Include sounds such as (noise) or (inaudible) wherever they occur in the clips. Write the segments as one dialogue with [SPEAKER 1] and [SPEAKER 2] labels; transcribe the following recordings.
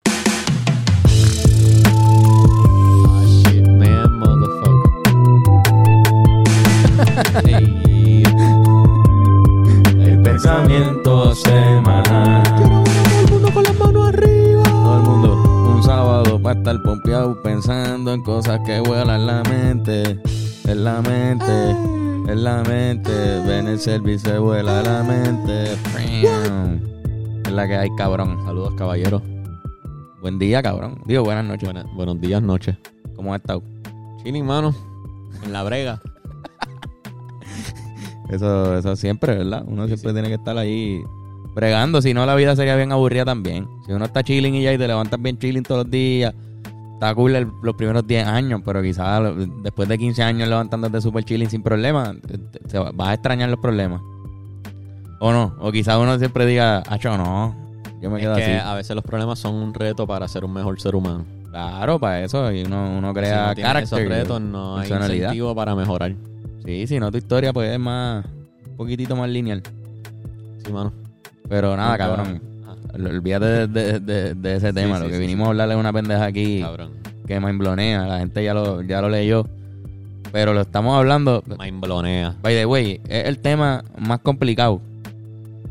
[SPEAKER 1] (laughs) estar pompeado pensando en cosas que vuelan la mente. En la mente, en la mente. Ven el servicio, vuela la mente. Pam. Es la que hay, cabrón.
[SPEAKER 2] Saludos, caballero.
[SPEAKER 1] Buen día, cabrón. Digo, buenas noches.
[SPEAKER 2] Buena- buenos días, noches.
[SPEAKER 1] ¿Cómo has estado?
[SPEAKER 2] Chilling, mano. En la brega.
[SPEAKER 1] (laughs) Eso, eso siempre, ¿verdad? Uno siempre tiene que estar ahí bregando, si no la vida sería bien aburrida también. Si uno está chilling y ya y te levantas bien chilling todos los días, está cool el- los primeros 10 años, pero quizás después de 15 años levantándote super chilling sin problemas, te- te- te va- vas a extrañar los problemas. O no, o quizás uno siempre diga, hacho, no, yo me
[SPEAKER 2] Es
[SPEAKER 1] quedo
[SPEAKER 2] que
[SPEAKER 1] así.
[SPEAKER 2] a veces los problemas son un reto para ser un mejor ser humano.
[SPEAKER 1] Claro, para eso, y uno, uno
[SPEAKER 2] Si
[SPEAKER 1] crea
[SPEAKER 2] no
[SPEAKER 1] carácter.
[SPEAKER 2] tienes esos retos, no hay
[SPEAKER 1] personalidad.
[SPEAKER 2] incentivo para mejorar.
[SPEAKER 1] Sí, si no, tu historia pues es más, un poquitito más lineal.
[SPEAKER 2] Sí, mano.
[SPEAKER 1] Pero nada,
[SPEAKER 2] Nunca-
[SPEAKER 1] cabrón.
[SPEAKER 2] Ah,
[SPEAKER 1] Ol- Olvídate de, de- de- de ese tema.
[SPEAKER 2] sí,
[SPEAKER 1] lo que
[SPEAKER 2] sí,
[SPEAKER 1] vinimos a hablarle es una pendeja aquí
[SPEAKER 2] cabrón.
[SPEAKER 1] que mindblonea. La gente ya lo, ya lo leyó. Pero lo estamos hablando.
[SPEAKER 2] Mindblonea.
[SPEAKER 1] By the way, es el tema más complicado.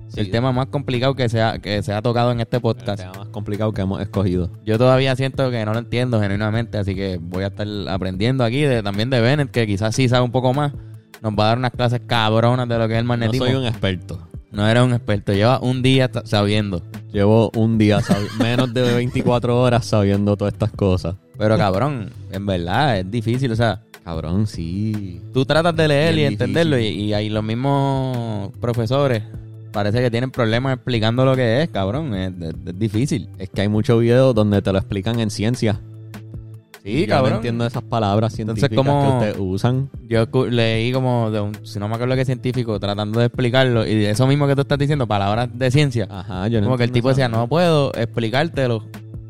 [SPEAKER 2] Sí,
[SPEAKER 1] el tema más complicado que se, ha, que se ha tocado en este
[SPEAKER 2] el
[SPEAKER 1] podcast.
[SPEAKER 2] tema más complicado que hemos escogido.
[SPEAKER 1] Yo todavía siento que no lo entiendo genuinamente. Así que voy a estar aprendiendo aquí de, también de Bennett, que quizás sí sabe un poco más. Nos va a dar unas clases cabronas de lo que es el
[SPEAKER 2] No
[SPEAKER 1] magnetismo.
[SPEAKER 2] soy
[SPEAKER 1] No,
[SPEAKER 2] un experto.
[SPEAKER 1] era un experto. Lleva un día ta- sabiendo.
[SPEAKER 2] Llevo un día, sabi- (laughs) menos de 24 horas sabiendo todas estas cosas.
[SPEAKER 1] Pero cabrón, en verdad es difícil. O sea,
[SPEAKER 2] Cabrón, sí.
[SPEAKER 1] tú tratas de leer
[SPEAKER 2] Bien
[SPEAKER 1] y entenderlo y, y ahí los mismos profesores parece que tienen problemas explicando lo que es, cabrón. Es, es- es difícil.
[SPEAKER 2] Es que hay muchos videos donde te lo explican en ciencia.
[SPEAKER 1] Sí,
[SPEAKER 2] Yo
[SPEAKER 1] cabrón.
[SPEAKER 2] no entiendo esas palabras
[SPEAKER 1] Entonces,
[SPEAKER 2] científicas
[SPEAKER 1] ¿cómo-
[SPEAKER 2] que ustedes usan.
[SPEAKER 1] Yo escu- leí como de un, si no me acuerdo qué científico, tratando de explicarlo y eso mismo que tú estás diciendo, palabras de ciencia.
[SPEAKER 2] Ajá, yo no
[SPEAKER 1] como que el
[SPEAKER 2] entiendo
[SPEAKER 1] tipo
[SPEAKER 2] esa-
[SPEAKER 1] decía, no puedo explicártelo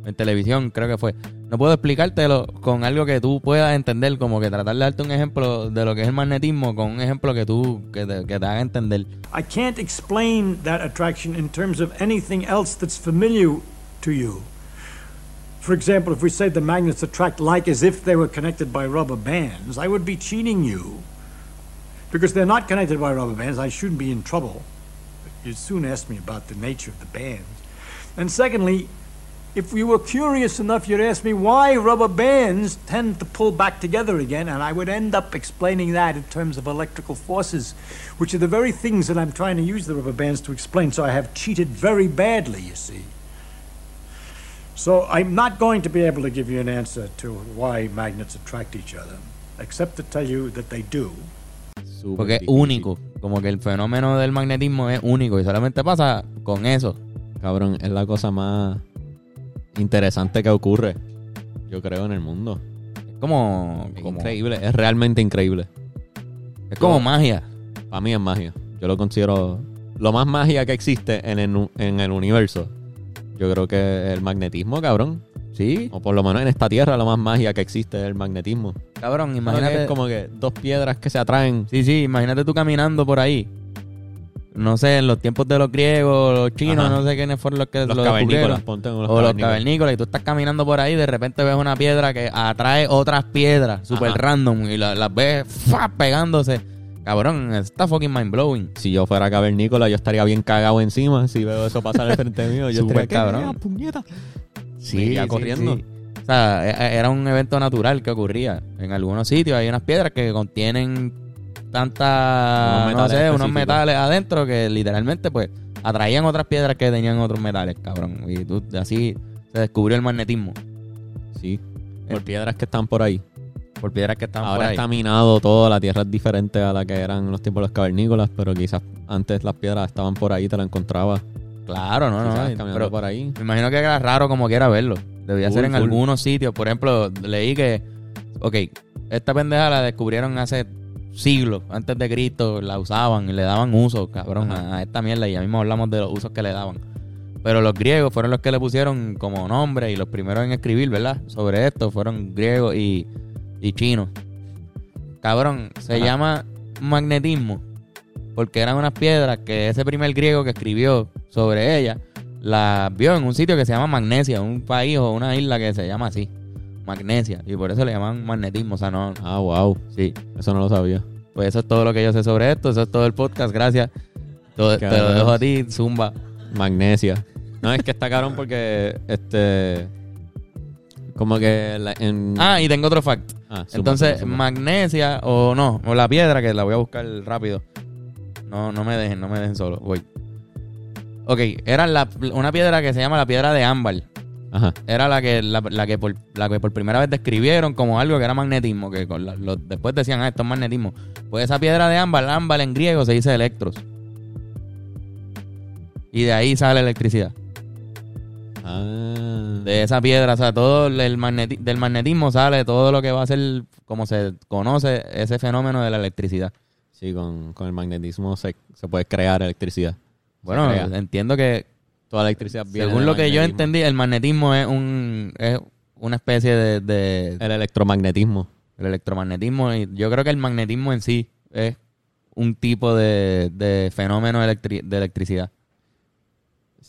[SPEAKER 1] en televisión, creo que fue. No puedo explicártelo con algo que tú puedas entender, como que tratar de darte un ejemplo de lo que es el magnetismo con un ejemplo que tú que te, que te haga entender.
[SPEAKER 3] I can't explain that attraction in terms of anything else that's familiar to you. For example, if we say the magnets attract like as if they were connected by rubber bands, I would be cheating you. Because they're not connected by rubber bands, I shouldn't be in trouble. But you'd soon ask me about the nature of the bands. And secondly, if you were curious enough, you'd ask me why rubber bands tend to pull back together again, and I would end up explaining that in terms of electrical forces, which are the very things that I'm trying to use the rubber bands to explain, so I have cheated very badly, you see. So I'm not going to be able to give you an answer to why magnets attract each other, except to tell you that they do.
[SPEAKER 2] Súper
[SPEAKER 1] Porque es
[SPEAKER 2] difícil.
[SPEAKER 1] único. Como que el fenómeno del magnetismo es único y solamente pasa con eso.
[SPEAKER 2] Cabrón, es la cosa más interesante que ocurre, yo creo, en el mundo.
[SPEAKER 1] Es como.
[SPEAKER 2] Es
[SPEAKER 1] como-
[SPEAKER 2] increíble, es realmente increíble.
[SPEAKER 1] Es como magia.
[SPEAKER 2] Para mí es magia. Yo lo considero lo más magia que existe en el, nu- en el universo. Yo creo que el magnetismo, cabrón.
[SPEAKER 1] Sí.
[SPEAKER 2] O por lo menos en esta tierra, lo más magia que existe es el magnetismo.
[SPEAKER 1] Cabrón,
[SPEAKER 2] Imagínate
[SPEAKER 1] imagínate.
[SPEAKER 2] como que dos piedras que se atraen.
[SPEAKER 1] Sí, sí, imagínate tú caminando por ahí. No sé, en los tiempos de los griegos, los chinos,
[SPEAKER 2] Ajá.
[SPEAKER 1] no sé quiénes fueron los que
[SPEAKER 2] Los
[SPEAKER 1] lo
[SPEAKER 2] cavernícolas,
[SPEAKER 1] descubrieron.
[SPEAKER 2] ponte en los
[SPEAKER 1] O los
[SPEAKER 2] cavernícolas.
[SPEAKER 1] cavernícolas, y tú estás caminando por ahí, de repente ves una piedra que atrae otras piedras, super
[SPEAKER 2] Ajá.
[SPEAKER 1] random, y la- las ves ¡fua! pegándose. Cabrón, está fucking mind blowing.
[SPEAKER 2] Si yo fuera cavernícola, yo estaría bien cagado encima. Si veo eso pasar al frente mío, yo
[SPEAKER 1] Súper
[SPEAKER 2] estaría
[SPEAKER 1] cabrón.
[SPEAKER 2] "Ah, puñeta!
[SPEAKER 1] Sí,
[SPEAKER 2] Me iría
[SPEAKER 1] sí,
[SPEAKER 2] corriendo.
[SPEAKER 1] sí. O sea, e- e- era un evento natural que ocurría. En algunos sitios hay unas piedras que contienen tanta,
[SPEAKER 2] Unos
[SPEAKER 1] no
[SPEAKER 2] metales
[SPEAKER 1] sé, unos
[SPEAKER 2] específicos.
[SPEAKER 1] metales adentro que literalmente pues atraían otras piedras que tenían otros metales, cabrón. Y tú- así se descubrió el magnetismo
[SPEAKER 2] Sí, por piedras que están por ahí.
[SPEAKER 1] por piedras que estaban Eh. por
[SPEAKER 2] Ahora
[SPEAKER 1] ahí.
[SPEAKER 2] está minado todo, la tierra es diferente a la que eran en los tiempos de los cavernícolas, pero quizás antes las piedras estaban por ahí, te la encontrabas.
[SPEAKER 1] Claro, no,
[SPEAKER 2] quizás
[SPEAKER 1] no.
[SPEAKER 2] caminando
[SPEAKER 1] pero-
[SPEAKER 2] por ahí.
[SPEAKER 1] Me imagino que era raro como quiera verlo. Debía
[SPEAKER 2] Full,
[SPEAKER 1] ser en
[SPEAKER 2] full.
[SPEAKER 1] algunos sitios. Por ejemplo, leí que, ok, esta pendeja la descubrieron hace siglos, antes de Cristo, la usaban y le daban uso, cabrón, a, a esta mierda. Y ya mismo hablamos de los usos que le daban. Pero los griegos fueron los que le pusieron como nombre y los primeros en escribir, ¿verdad? Sobre esto fueron griegos y, y chinos. Cabrón, se
[SPEAKER 2] Ajá.
[SPEAKER 1] llama magnetismo porque eran unas piedras que ese primer griego que escribió sobre ellas las vio en un sitio que se llama Magnesia, un país o una isla que se llama así, Magnesia, y por eso le llaman magnetismo, o sea, no,
[SPEAKER 2] Ah, wow,
[SPEAKER 1] sí.
[SPEAKER 2] eso no lo sabía.
[SPEAKER 1] Pues eso es todo lo que yo sé sobre esto, eso es todo el podcast, gracias. Todo- te lo
[SPEAKER 2] Cabrón.
[SPEAKER 1] dejo a ti, Zumba. (laughs)
[SPEAKER 2] Magnesia. No, es que está cabrón porque este. Como que la- en...
[SPEAKER 1] Ah, y tengo otro fact.
[SPEAKER 2] Ah, suma,
[SPEAKER 1] Entonces,
[SPEAKER 2] suma, suma.
[SPEAKER 1] magnesia o no, o la piedra, que la voy a buscar rápido. No, no me dejen, no me dejen solo. Voy. Ok, era la- una piedra que se llama la piedra de ámbar.
[SPEAKER 2] Ajá.
[SPEAKER 1] Era la que, la, la que por, la que por primera vez describieron como algo que era magnetismo, que con la- lo- después decían, ah, esto es magnetismo. Pues esa piedra de ámbar, ámbar en griego se dice electros. Y de ahí sale electricidad.
[SPEAKER 2] Ah.
[SPEAKER 1] De esa piedra, o sea, todo el magneti- del magnetismo sale todo lo que va a ser, como se conoce, ese fenómeno de la electricidad.
[SPEAKER 2] Sí, con, con el magnetismo se, se puede crear electricidad.
[SPEAKER 1] Bueno,
[SPEAKER 2] crea.
[SPEAKER 1] entiendo que,
[SPEAKER 2] Toda electricidad viene
[SPEAKER 1] según
[SPEAKER 2] del
[SPEAKER 1] lo que yo
[SPEAKER 2] magnetismo.
[SPEAKER 1] entendí, el magnetismo es, un, es una especie de- de,
[SPEAKER 2] El electromagnetismo.
[SPEAKER 1] El electromagnetismo, y yo creo que el magnetismo en sí es un tipo de, de fenómeno electri- de electricidad.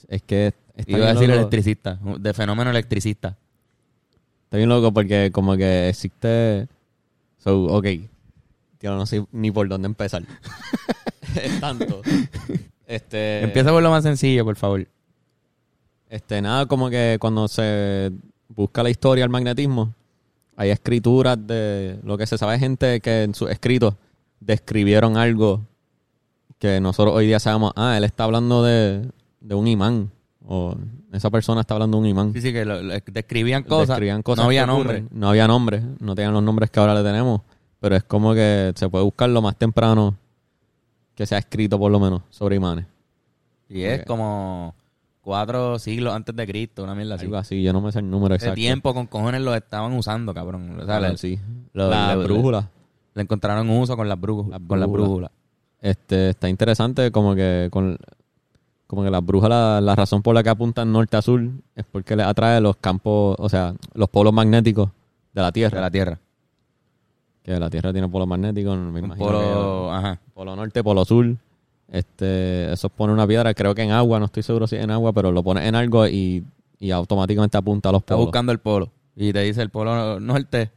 [SPEAKER 2] Es que está
[SPEAKER 1] Iba a
[SPEAKER 2] bien
[SPEAKER 1] decir
[SPEAKER 2] loco.
[SPEAKER 1] electricista, de fenómeno electricista.
[SPEAKER 2] Está bien loco porque como que existe... So, ok. Yo no sé ni por dónde
[SPEAKER 1] (laughs)
[SPEAKER 2] empezar. (laughs) es tanto. Este...
[SPEAKER 1] Empieza por lo más sencillo, por favor.
[SPEAKER 2] Este, nada, como que cuando se busca la historia del magnetismo, hay escrituras de lo que se sabe, gente que en sus escritos describieron algo que nosotros hoy día sabemos, ah, él está hablando de, de un imán, o esa persona está hablando de un imán.
[SPEAKER 1] Sí, sí, que lo- lo- describían cosas.
[SPEAKER 2] Describían cosas
[SPEAKER 1] no había
[SPEAKER 2] que
[SPEAKER 1] nombre.
[SPEAKER 2] ocurren. No había nombre, no tenían los nombres que ahora le tenemos, pero es como que se puede buscar lo más temprano que se ha escrito por lo menos sobre imanes.
[SPEAKER 1] Y es
[SPEAKER 2] Ok.
[SPEAKER 1] como cuatro siglos antes de Cristo, una mierda así.
[SPEAKER 2] Algo así, yo no me sé el número
[SPEAKER 1] Ese
[SPEAKER 2] exacto.
[SPEAKER 1] tiempo con cojones lo estaban usando, cabrón. O sea,
[SPEAKER 2] Claro,
[SPEAKER 1] le,
[SPEAKER 2] sí.
[SPEAKER 1] lo-
[SPEAKER 2] la
[SPEAKER 1] le- le-
[SPEAKER 2] brújula.
[SPEAKER 1] le encontraron uso con las brújulas.
[SPEAKER 2] Las
[SPEAKER 1] Con las
[SPEAKER 2] brújulas.
[SPEAKER 1] brújulas.
[SPEAKER 2] Este, está interesante como que con como que las brujas la, la razón por la que apuntan norte a sur es porque les atrae los campos, o sea, los polos magnéticos de la Tierra.
[SPEAKER 1] De la Tierra.
[SPEAKER 2] Que la Tierra tiene polos magnéticos, me
[SPEAKER 1] Un
[SPEAKER 2] imagino. que-
[SPEAKER 1] polo, ajá.
[SPEAKER 2] polo norte, polo sur. Este, eso pone una piedra, creo que en agua, no estoy seguro si en agua, pero lo pones en algo y, y automáticamente apunta a los
[SPEAKER 1] Estás
[SPEAKER 2] polos.
[SPEAKER 1] buscando el polo. Y te dice el polo norte.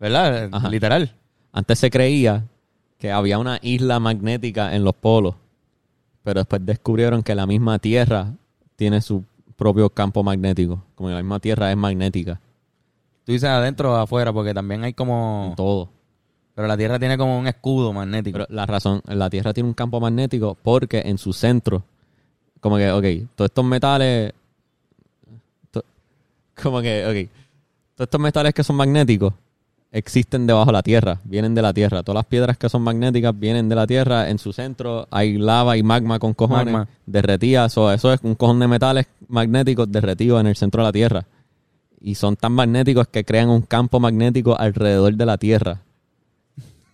[SPEAKER 1] ¿Verdad?
[SPEAKER 2] Ajá.
[SPEAKER 1] Literal.
[SPEAKER 2] Antes se creía que había una isla magnética en los polos, pero después descubrieron que la misma Tierra tiene su propio campo magnético, como que la misma Tierra es magnética,
[SPEAKER 1] Tú dices adentro o afuera, porque también hay como.
[SPEAKER 2] en todo.
[SPEAKER 1] Pero la Tierra tiene como un escudo magnético.
[SPEAKER 2] Pero la razón, la Tierra tiene un campo magnético porque en su centro, como que, ok, todos estos metales, to- como que, ok, todos estos metales que son magnéticos existen debajo de la Tierra, vienen de la Tierra. Todas las piedras que son magnéticas vienen de la Tierra. En su centro hay lava y magma con cojones
[SPEAKER 1] Magma.
[SPEAKER 2] derretidas. o eso es un cojón de metales magnéticos derretidos en el centro de la Tierra. Y son tan magnéticos que crean un campo magnético alrededor de la Tierra.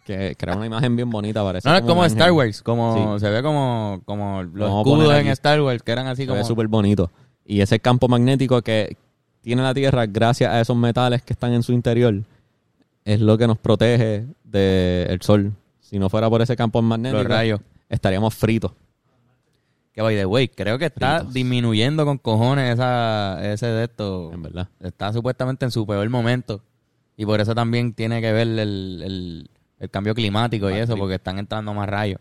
[SPEAKER 2] Que crea una imagen bien bonita, parece.
[SPEAKER 1] no, es como
[SPEAKER 2] un
[SPEAKER 1] Star
[SPEAKER 2] ángel.
[SPEAKER 1] Wars. Como,
[SPEAKER 2] Sí.
[SPEAKER 1] Se ve como, como los
[SPEAKER 2] Vamos a poner
[SPEAKER 1] escudos en
[SPEAKER 2] aquí.
[SPEAKER 1] Star Wars, que eran así
[SPEAKER 2] Se ve
[SPEAKER 1] como.
[SPEAKER 2] súper bonito. Y ese campo magnético que tiene la Tierra, gracias a esos metales que están en su interior, es lo que nos protege del sol. Si no fuera por ese campo magnético,
[SPEAKER 1] Los rayos.
[SPEAKER 2] estaríamos fritos.
[SPEAKER 1] Que by the way, creo que está
[SPEAKER 2] Fritos.
[SPEAKER 1] disminuyendo con cojones esa, ese de esto.
[SPEAKER 2] En verdad.
[SPEAKER 1] Está supuestamente en su peor momento. Y por eso también tiene que ver el, el- el cambio climático y eso, porque están entrando más rayos.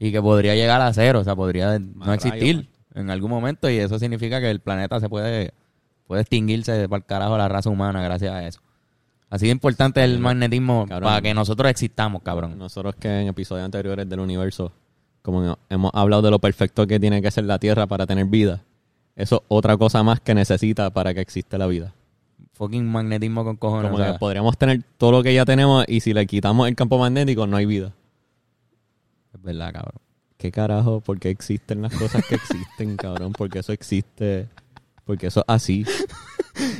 [SPEAKER 1] Y que podría llegar a cero, o sea, podría no
[SPEAKER 2] rayos,
[SPEAKER 1] existir en algún momento. Y eso significa que el planeta se puede, puede extinguirse para el carajo la raza humana gracias a eso. Así de importante es el magnetismo
[SPEAKER 2] Cabrón.
[SPEAKER 1] para que nosotros existamos, cabrón.
[SPEAKER 2] Nosotros que en episodios anteriores del universo, como que hemos hablado de lo perfecto que tiene que ser la Tierra para tener vida, eso es otra cosa más que necesita para que exista la vida.
[SPEAKER 1] Fucking magnetismo con cojones.
[SPEAKER 2] Como
[SPEAKER 1] o sea.
[SPEAKER 2] que podríamos tener todo lo que ya tenemos y si le quitamos el campo magnético no hay vida.
[SPEAKER 1] Es verdad, cabrón.
[SPEAKER 2] ¿Qué carajo? ¿Por qué existen las cosas que
[SPEAKER 1] (laughs)
[SPEAKER 2] existen, cabrón? Porque eso existe? Porque eso es así?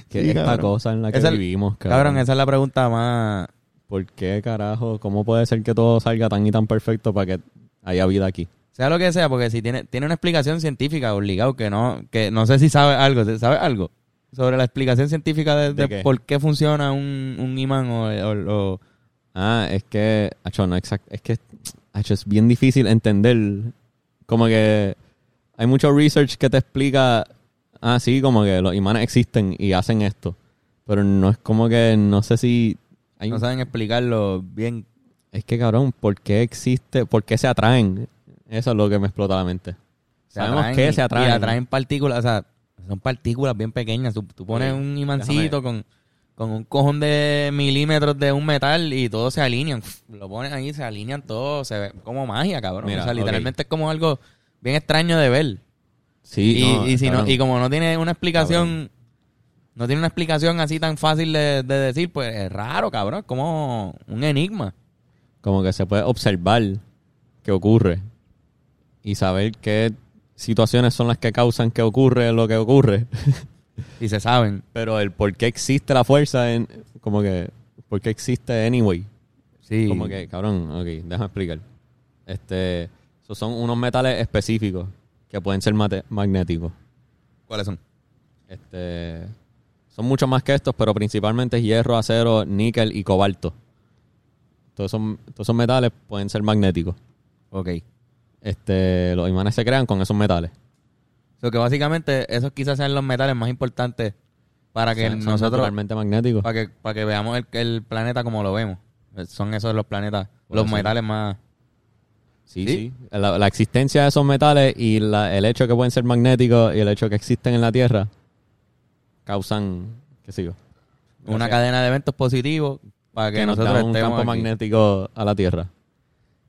[SPEAKER 2] Que
[SPEAKER 1] Sí,
[SPEAKER 2] esta
[SPEAKER 1] cabrón.
[SPEAKER 2] cosa en la que
[SPEAKER 1] Esa-
[SPEAKER 2] vivimos, cabrón.
[SPEAKER 1] Cabrón, esa es la pregunta más...
[SPEAKER 2] ¿Por qué carajo? ¿Cómo puede ser que todo salga tan y tan perfecto para que haya vida aquí?
[SPEAKER 1] Sea lo que sea, porque si tiene, tiene una explicación científica, obligado, que no, que no sé si sabe algo, ¿sabe algo? Sobre la explicación científica de,
[SPEAKER 2] ¿De
[SPEAKER 1] de
[SPEAKER 2] qué?
[SPEAKER 1] por qué funciona un, un imán o, o- o-
[SPEAKER 2] Ah, es que, acho, no exacto, es que acho, es bien difícil entender. Como que hay mucho research que te explica, ah, sí, como que los imanes existen y hacen esto. Pero no es como que, no sé si... Hay,
[SPEAKER 1] no saben explicarlo bien.
[SPEAKER 2] es que, cabrón, ¿por qué existe? ¿Por qué se atraen? Eso es lo que me explota la mente.
[SPEAKER 1] Se
[SPEAKER 2] Sabemos
[SPEAKER 1] atraen
[SPEAKER 2] que
[SPEAKER 1] y-
[SPEAKER 2] se atraen.
[SPEAKER 1] Y atraen partículas, o sea, son partículas bien pequeñas. Tú, tú pones
[SPEAKER 2] Sí,
[SPEAKER 1] un imancito con... con un cojón de milímetros de un metal y todos se alinean. Lo ponen ahí, se alinean todos, se ve como magia, cabrón.
[SPEAKER 2] Mira,
[SPEAKER 1] o sea,
[SPEAKER 2] ok.
[SPEAKER 1] literalmente es como algo bien extraño de ver.
[SPEAKER 2] Sí,
[SPEAKER 1] Y,
[SPEAKER 2] no,
[SPEAKER 1] y si no-
[SPEAKER 2] cabrón.
[SPEAKER 1] y como no tiene una explicación, no tiene una explicación así tan fácil de, de decir, pues es raro, cabrón. Es como un enigma.
[SPEAKER 2] como que se puede observar qué ocurre y saber qué situaciones son las que causan que ocurre lo que ocurre. (laughs)
[SPEAKER 1] Y se saben.
[SPEAKER 2] Pero el por qué existe la fuerza, en, como que, por qué existe anyway.
[SPEAKER 1] Sí.
[SPEAKER 2] Como que, cabrón, ok, déjame explicar. Este, so son unos metales específicos que pueden ser mate- magnéticos.
[SPEAKER 1] ¿Cuáles son?
[SPEAKER 2] Este, son muchos más que estos, pero principalmente hierro, acero, níquel y cobalto. Todos son, todos esos metales pueden ser magnéticos.
[SPEAKER 1] Ok.
[SPEAKER 2] Este, los imanes se crean con esos metales.
[SPEAKER 1] O sea, que básicamente esos quizás sean los metales más importantes para que
[SPEAKER 2] Son- son
[SPEAKER 1] nosotros,
[SPEAKER 2] naturalmente magnéticos.
[SPEAKER 1] para que, para que veamos el, el planeta como lo vemos. Eh, Son esos los planetas,
[SPEAKER 2] Bueno,
[SPEAKER 1] los
[SPEAKER 2] sí.
[SPEAKER 1] metales más...
[SPEAKER 2] Sí,
[SPEAKER 1] sí.
[SPEAKER 2] sí. La, la existencia de esos metales y la- el hecho que pueden ser magnéticos y el hecho que existen en la Tierra causan, qué sé yo,
[SPEAKER 1] Una
[SPEAKER 2] Gracias.
[SPEAKER 1] cadena de eventos positivos para que,
[SPEAKER 2] que nos
[SPEAKER 1] nosotros
[SPEAKER 2] dan un
[SPEAKER 1] estemos
[SPEAKER 2] campo
[SPEAKER 1] aquí.
[SPEAKER 2] magnético a la Tierra.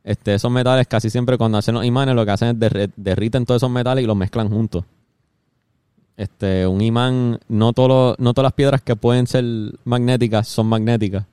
[SPEAKER 2] Este, esos metales casi siempre cuando hacen los imanes lo que hacen es derre- derriten todos esos metales y los mezclan juntos. Este, un imán, no, todo lo- no todas las piedras que pueden ser magnéticas son magnéticas.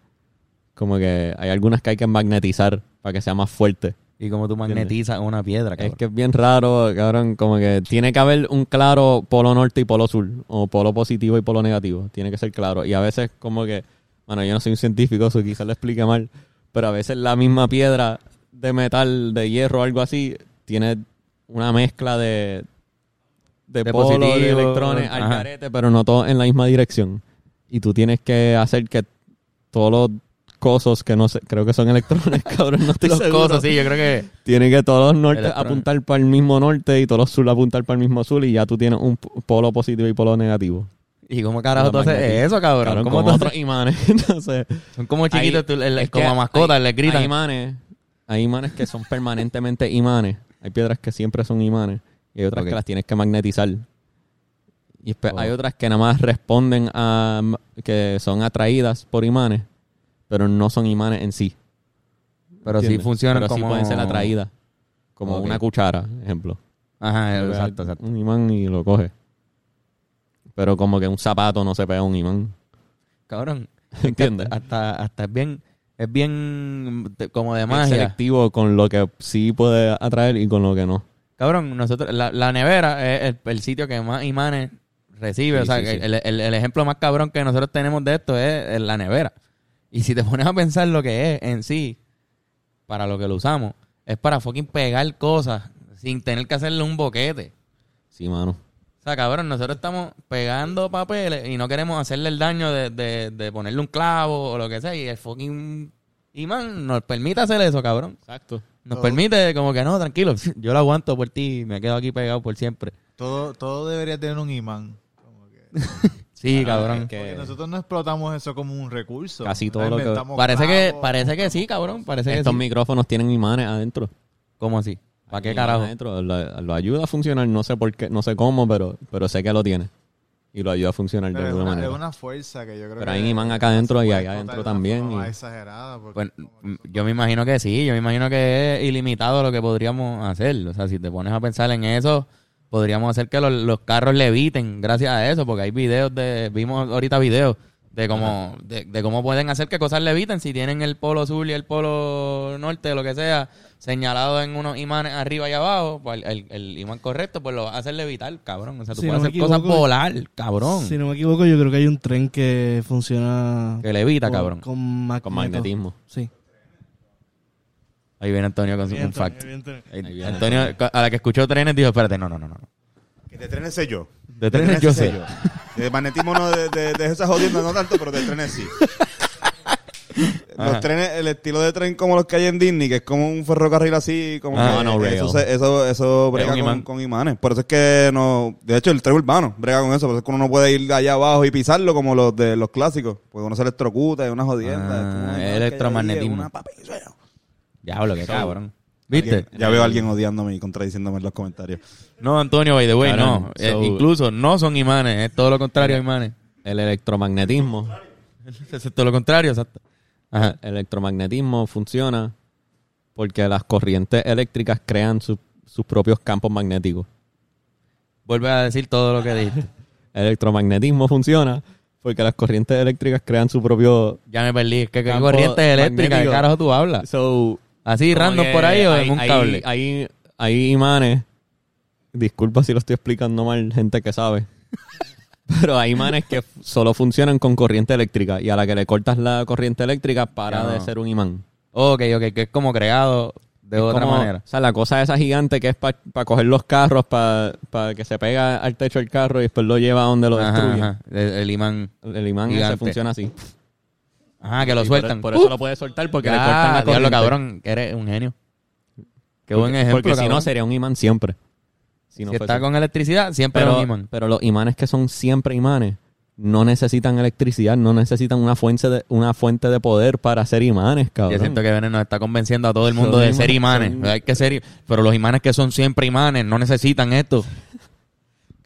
[SPEAKER 2] Como que hay algunas que hay que magnetizar para que sea más fuerte.
[SPEAKER 1] Y como tú magnetizas una piedra, cabrón.
[SPEAKER 2] Es que es bien raro, cabrón, como que tiene que haber un claro polo norte y polo sur, o polo positivo y polo negativo, tiene que ser claro. Y a veces como que, bueno, yo no soy un científico, eso quizás lo explique mal, pero a veces la misma piedra de metal, de hierro o algo así, tiene una mezcla de, de,
[SPEAKER 1] De
[SPEAKER 2] polo, de
[SPEAKER 1] positivo,
[SPEAKER 2] electrones, al
[SPEAKER 1] ajá.
[SPEAKER 2] garete, pero no todo en la misma dirección. Y tú tienes que hacer que todos los cosos que no sé, creo que son electrones, (laughs) cabrón, no estoy
[SPEAKER 1] Los
[SPEAKER 2] seguro.
[SPEAKER 1] cosas, sí, yo creo que...
[SPEAKER 2] Tiene que todos los nortes
[SPEAKER 1] Electrón.
[SPEAKER 2] apuntar para el mismo norte y todos los sur apuntar para el mismo sur y ya tú tienes un p- polo positivo y polo negativo.
[SPEAKER 1] ¿Y cómo carajo
[SPEAKER 2] Los
[SPEAKER 1] tú haces
[SPEAKER 2] magnetismo.
[SPEAKER 1] eso, cabrón?
[SPEAKER 2] Cabrón,
[SPEAKER 1] ¿Cómo
[SPEAKER 2] como
[SPEAKER 1] tú haces-
[SPEAKER 2] otros imanes. (laughs) Entonces,
[SPEAKER 1] (laughs) Son como
[SPEAKER 2] ahí-
[SPEAKER 1] chiquitos, tú- el-
[SPEAKER 2] es
[SPEAKER 1] como
[SPEAKER 2] que
[SPEAKER 1] a mascotas,
[SPEAKER 2] hay-
[SPEAKER 1] les gritan.
[SPEAKER 2] Hay imanes, hay imanes que son permanentemente imanes. Hay piedras que siempre son imanes y hay otras
[SPEAKER 1] Ok.
[SPEAKER 2] que las tienes que magnetizar. Y después
[SPEAKER 1] Oh.
[SPEAKER 2] hay otras que nada más responden a m- que son atraídas por imanes, pero no son imanes en sí.
[SPEAKER 1] pero sí
[SPEAKER 2] ¿entiendes?
[SPEAKER 1] funcionan
[SPEAKER 2] Pero sí
[SPEAKER 1] como...
[SPEAKER 2] pueden ser atraídas, como
[SPEAKER 1] Ok.
[SPEAKER 2] una cuchara, ejemplo.
[SPEAKER 4] Eh,
[SPEAKER 1] Ajá,
[SPEAKER 2] Pega
[SPEAKER 1] exacto, exacto.
[SPEAKER 2] Un imán y lo coge. Pero como que un zapato no se pega a un imán.
[SPEAKER 1] Cabrón,
[SPEAKER 2] ¿Entiendes?
[SPEAKER 1] hasta, hasta es bien... Es bien de- como de
[SPEAKER 2] Es
[SPEAKER 1] magia.
[SPEAKER 2] selectivo con lo que sí puede atraer y con lo que no.
[SPEAKER 1] Cabrón, nosotros... La, la nevera es el, el sitio que más imanes recibe.
[SPEAKER 2] Sí,
[SPEAKER 1] o sea,
[SPEAKER 2] sí, sí.
[SPEAKER 1] El, el- el ejemplo más cabrón que nosotros tenemos de esto es, eh, la nevera. Y si te (laughs) pones a pensar lo que es en sí, para lo que lo usamos, es para fucking pegar cosas sin tener que hacerle un boquete.
[SPEAKER 2] Sí, mano.
[SPEAKER 1] O sea, cabrón, nosotros estamos pegando papeles y no queremos hacerle el daño de, de- de ponerle un clavo o lo que sea. Y el fucking imán nos permite hacer eso, cabrón.
[SPEAKER 2] Exacto.
[SPEAKER 1] Nos
[SPEAKER 4] Todo.
[SPEAKER 1] permite como que no, tranquilo, (laughs) yo lo aguanto por ti y me quedo aquí pegado por siempre.
[SPEAKER 4] Todo, todo debería tener un imán. Como que-
[SPEAKER 1] Sí,
[SPEAKER 4] Ah,
[SPEAKER 1] cabrón.
[SPEAKER 4] porque nosotros no explotamos eso como un recurso.
[SPEAKER 2] Casi
[SPEAKER 4] No
[SPEAKER 2] todo lo que-
[SPEAKER 4] inventamos
[SPEAKER 1] Parece que
[SPEAKER 4] clavos,
[SPEAKER 1] parece que sí, cabrón. Parece que
[SPEAKER 2] Estos
[SPEAKER 1] sí.
[SPEAKER 2] micrófonos tienen imanes adentro.
[SPEAKER 1] ¿Cómo así? ¿Para qué
[SPEAKER 2] Tienen
[SPEAKER 1] carajo?
[SPEAKER 2] Adentro. Lo, lo ayuda a funcionar, no sé por qué, no sé cómo, pero, pero sé que lo tiene. Y lo ayuda a funcionar
[SPEAKER 4] pero
[SPEAKER 2] de
[SPEAKER 4] es,
[SPEAKER 2] alguna
[SPEAKER 4] una, es
[SPEAKER 2] manera.
[SPEAKER 4] una fuerza que yo creo
[SPEAKER 2] Pero
[SPEAKER 4] que
[SPEAKER 2] hay un imán acá adentro
[SPEAKER 4] se
[SPEAKER 2] y
[SPEAKER 4] puede
[SPEAKER 2] allá adentro
[SPEAKER 4] explotar de una
[SPEAKER 2] también,
[SPEAKER 4] forma
[SPEAKER 2] y-
[SPEAKER 4] más exagerada. porque
[SPEAKER 1] Bueno,
[SPEAKER 4] como
[SPEAKER 1] m- Pues, mm, yo me imagino que sí, yo me imagino que es ilimitado lo que podríamos hacer. O sea, si te pones a pensar en eso, podríamos hacer que los, los carros leviten gracias a eso, porque hay videos de, vimos ahorita videos de cómo, de, de cómo pueden hacer que cosas leviten si tienen el polo sur y el polo norte, lo que sea, señalado en unos imanes arriba y abajo, pues el, el imán correcto, pues lo hace levitar, cabrón. O sea, tú
[SPEAKER 5] Si
[SPEAKER 1] puedes
[SPEAKER 5] no me
[SPEAKER 1] hacer cosas
[SPEAKER 5] equivoco,
[SPEAKER 1] volar, cabrón.
[SPEAKER 5] Si no me equivoco, yo creo que hay un tren que funciona
[SPEAKER 1] que levita,
[SPEAKER 5] con,
[SPEAKER 1] cabrón.
[SPEAKER 5] con magneto.
[SPEAKER 2] Con magnetismo.
[SPEAKER 5] Sí.
[SPEAKER 1] Ahí viene Antonio con su
[SPEAKER 5] Bien,
[SPEAKER 1] un fact.
[SPEAKER 5] bien, bien, bien.
[SPEAKER 2] Ahí viene.
[SPEAKER 1] Antonio, a la que escuchó trenes, dijo, espérate, no, no, no, no.
[SPEAKER 6] Que te trenes sé yo.
[SPEAKER 1] De trenes yo sé.
[SPEAKER 6] De magnetismo no, de, de, de esas jodiendo no tanto, pero de trenes sí. Los trenes, el estilo de tren como los que hay en Disney, que es como un ferrocarril así, como
[SPEAKER 2] Ah,
[SPEAKER 6] que
[SPEAKER 2] monorail.
[SPEAKER 6] eso, se- eso, eso
[SPEAKER 2] un
[SPEAKER 6] brega con,
[SPEAKER 2] imán.
[SPEAKER 6] con imanes. Por eso es que no, de hecho el tren urbano brega con eso, por eso es que uno no puede ir allá abajo y pisarlo como los de los clásicos, porque uno se electrocuta y una jodienda.
[SPEAKER 1] Ah,
[SPEAKER 6] es como una-
[SPEAKER 1] electromagnetismo.
[SPEAKER 6] una papa y suena.
[SPEAKER 1] Diablo, qué cabrón. ¿Viste?
[SPEAKER 6] Ya veo a alguien odiándome y contradiciéndome en los comentarios.
[SPEAKER 1] No, Antonio, by the way, no.
[SPEAKER 2] Cabrón,
[SPEAKER 1] Eh,
[SPEAKER 2] so-
[SPEAKER 1] incluso no son imanes, es todo lo contrario a imanes.
[SPEAKER 2] El electromagnetismo
[SPEAKER 1] Excepto lo contrario, exacto. Ajá.
[SPEAKER 2] El electromagnetismo funciona porque las corrientes eléctricas crean su- sus propios campos magnéticos.
[SPEAKER 1] Vuelve a decir todo lo
[SPEAKER 2] (laughs)
[SPEAKER 1] que dijiste.
[SPEAKER 2] El electromagnetismo funciona porque las corrientes eléctricas crean su propio...
[SPEAKER 1] Ya me perdí. Es que qué
[SPEAKER 2] Campo
[SPEAKER 1] corriente eléctrica, ¿qué
[SPEAKER 2] magnético.
[SPEAKER 1] carajo tú hablas?
[SPEAKER 2] So,
[SPEAKER 1] ¿Así
[SPEAKER 2] Como
[SPEAKER 1] random
[SPEAKER 2] que
[SPEAKER 1] por ahí o
[SPEAKER 2] hay-
[SPEAKER 1] en un
[SPEAKER 2] hay-
[SPEAKER 1] cable?
[SPEAKER 2] Hay, hay imanes. Disculpa si lo estoy explicando mal, gente que sabe. (laughs) Pero hay imanes que f- solo funcionan con corriente eléctrica y a la que le cortas la corriente eléctrica para
[SPEAKER 1] Ya no.
[SPEAKER 2] de ser un imán.
[SPEAKER 1] Ok, ok, que es como creado de otra
[SPEAKER 2] Como-
[SPEAKER 1] manera.
[SPEAKER 2] O sea, la cosa esa gigante que es para coger los carros, para que se pega al techo del carro y después lo lleva a donde lo
[SPEAKER 1] Ajá,
[SPEAKER 2] destruye.
[SPEAKER 1] ajá. El, el imán.
[SPEAKER 2] El imán
[SPEAKER 1] Gigante.
[SPEAKER 2] ese funciona así.
[SPEAKER 1] Ajá, que lo
[SPEAKER 2] Y por- e,
[SPEAKER 1] sueltan. Uh,
[SPEAKER 2] Por, eso lo puedes soltar porque le cortan la corriente.
[SPEAKER 1] diablo, cabrón, que eres un genio. Qué buen
[SPEAKER 2] Porque-
[SPEAKER 1] ejemplo,
[SPEAKER 2] Porque si no
[SPEAKER 1] cabrón.
[SPEAKER 2] sería un imán siempre. Si no
[SPEAKER 1] si
[SPEAKER 2] fuese-
[SPEAKER 1] está con electricidad, siempre es
[SPEAKER 2] pero,
[SPEAKER 1] un imán.
[SPEAKER 2] pero los imanes que son siempre imanes no necesitan electricidad, no necesitan una fuente de, una fuente de poder para hacer imanes,
[SPEAKER 1] Yo
[SPEAKER 2] cabrón.
[SPEAKER 1] siento que Vene nos está convenciendo a todo el mundo
[SPEAKER 2] Son
[SPEAKER 1] de ser
[SPEAKER 2] imanes,
[SPEAKER 1] imanes.
[SPEAKER 2] son-
[SPEAKER 1] O sea, Hay que ser, pero los imanes que son siempre imanes no necesitan esto.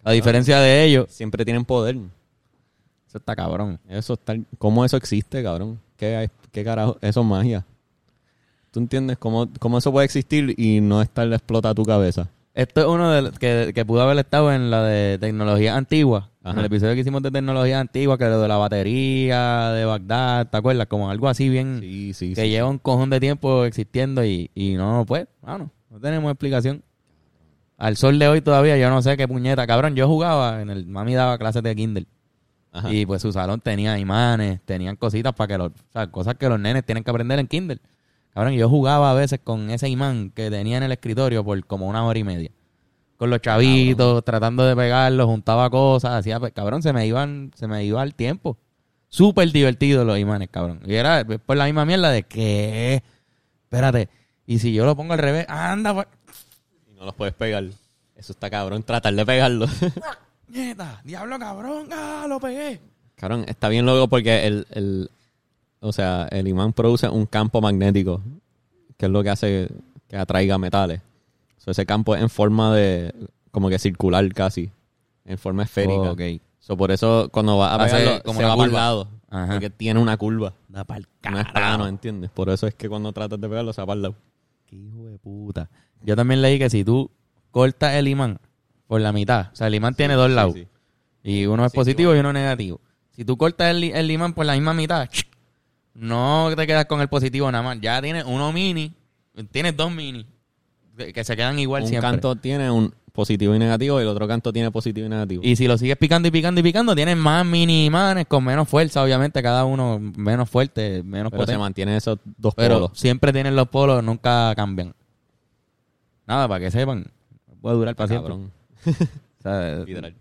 [SPEAKER 1] A diferencia de ellos,
[SPEAKER 2] Siempre tienen poder.
[SPEAKER 1] eso está cabrón.
[SPEAKER 2] Eso está, ¿Cómo eso existe, cabrón? ¿Qué, hay- qué carajo? Eso es magia. ¿Tú entiendes cómo, cómo eso puede existir y no estar explota tu cabeza?
[SPEAKER 1] Esto es uno de los que, que pudo haber estado en la de tecnología antigua. En
[SPEAKER 2] Ajá.
[SPEAKER 1] el episodio que hicimos de tecnología antigua, que lo de la batería de Bagdad, ¿te acuerdas? Como algo así bien
[SPEAKER 2] Sí, sí,
[SPEAKER 1] que
[SPEAKER 2] sí.
[SPEAKER 1] lleva un cojón de tiempo existiendo y, y no, pues, mano, no tenemos explicación. Al sol de hoy todavía yo no sé qué puñeta, cabrón. Yo jugaba en el mami daba clases de Kindle.
[SPEAKER 2] Ajá.
[SPEAKER 1] Y pues su salón tenía imanes, tenían cositas para que los, o sea, cosas que los nenes tienen que aprender en Kindle. Cabrón, yo jugaba a veces con ese imán que tenía en el escritorio por como una hora y media. Con los chavitos, tratando de pegarlos, juntaba cosas, hacía, pues, cabrón, se me iban, se me iba el tiempo. Súper divertido los imanes, cabrón. Y era pues, por la misma mierda de que, espérate, y si yo lo pongo al revés, anda, pues,
[SPEAKER 2] Y no los puedes pegar. Eso está cabrón, tratar de pegarlo. (laughs)
[SPEAKER 1] nieta, diablo, cabrón, ah, lo pegué.
[SPEAKER 2] Cabrón, está bien luego porque el, el- o sea, el imán produce un campo magnético, que es lo que hace que atraiga metales. So, ese campo es en forma de, como que circular casi, en forma esférica.
[SPEAKER 1] ok.
[SPEAKER 2] So, por eso cuando va a
[SPEAKER 1] Hace
[SPEAKER 2] pegarlo,
[SPEAKER 1] como
[SPEAKER 2] se
[SPEAKER 1] una
[SPEAKER 2] va para el
[SPEAKER 1] curva.
[SPEAKER 2] lado,
[SPEAKER 1] Ajá.
[SPEAKER 2] porque tiene una curva.
[SPEAKER 1] Da pa'l (laughs)
[SPEAKER 2] No es plano, ¿entiendes? Por eso es que cuando tratas de pegarlo se va para el lado.
[SPEAKER 1] Qué hijo de puta. Yo también leí que si tú cortas el imán por la mitad, o sea, el imán tiene dos lados,
[SPEAKER 2] sí.
[SPEAKER 1] y uno es
[SPEAKER 2] Sí,
[SPEAKER 1] positivo y uno negativo. Si tú cortas el, el imán por la misma mitad, no te quedas con el positivo nada más. Ya tienes uno mini, tienes dos mini, que que se quedan igual
[SPEAKER 2] Un
[SPEAKER 1] siempre.
[SPEAKER 2] canto tiene un positivo y negativo y el otro canto tiene positivo y negativo.
[SPEAKER 1] Y si lo sigues picando y picando y picando, tienes más mini imanes con menos fuerza, obviamente, cada uno menos fuerte, menos
[SPEAKER 2] pero se
[SPEAKER 1] potente.
[SPEAKER 2] mantienen esos dos
[SPEAKER 1] Pero
[SPEAKER 2] polos.
[SPEAKER 1] siempre tienen los polos, nunca cambian. Nada, para que sepan. Puede durar para siempre.
[SPEAKER 2] Cabrón,
[SPEAKER 1] O sea,
[SPEAKER 2] literal.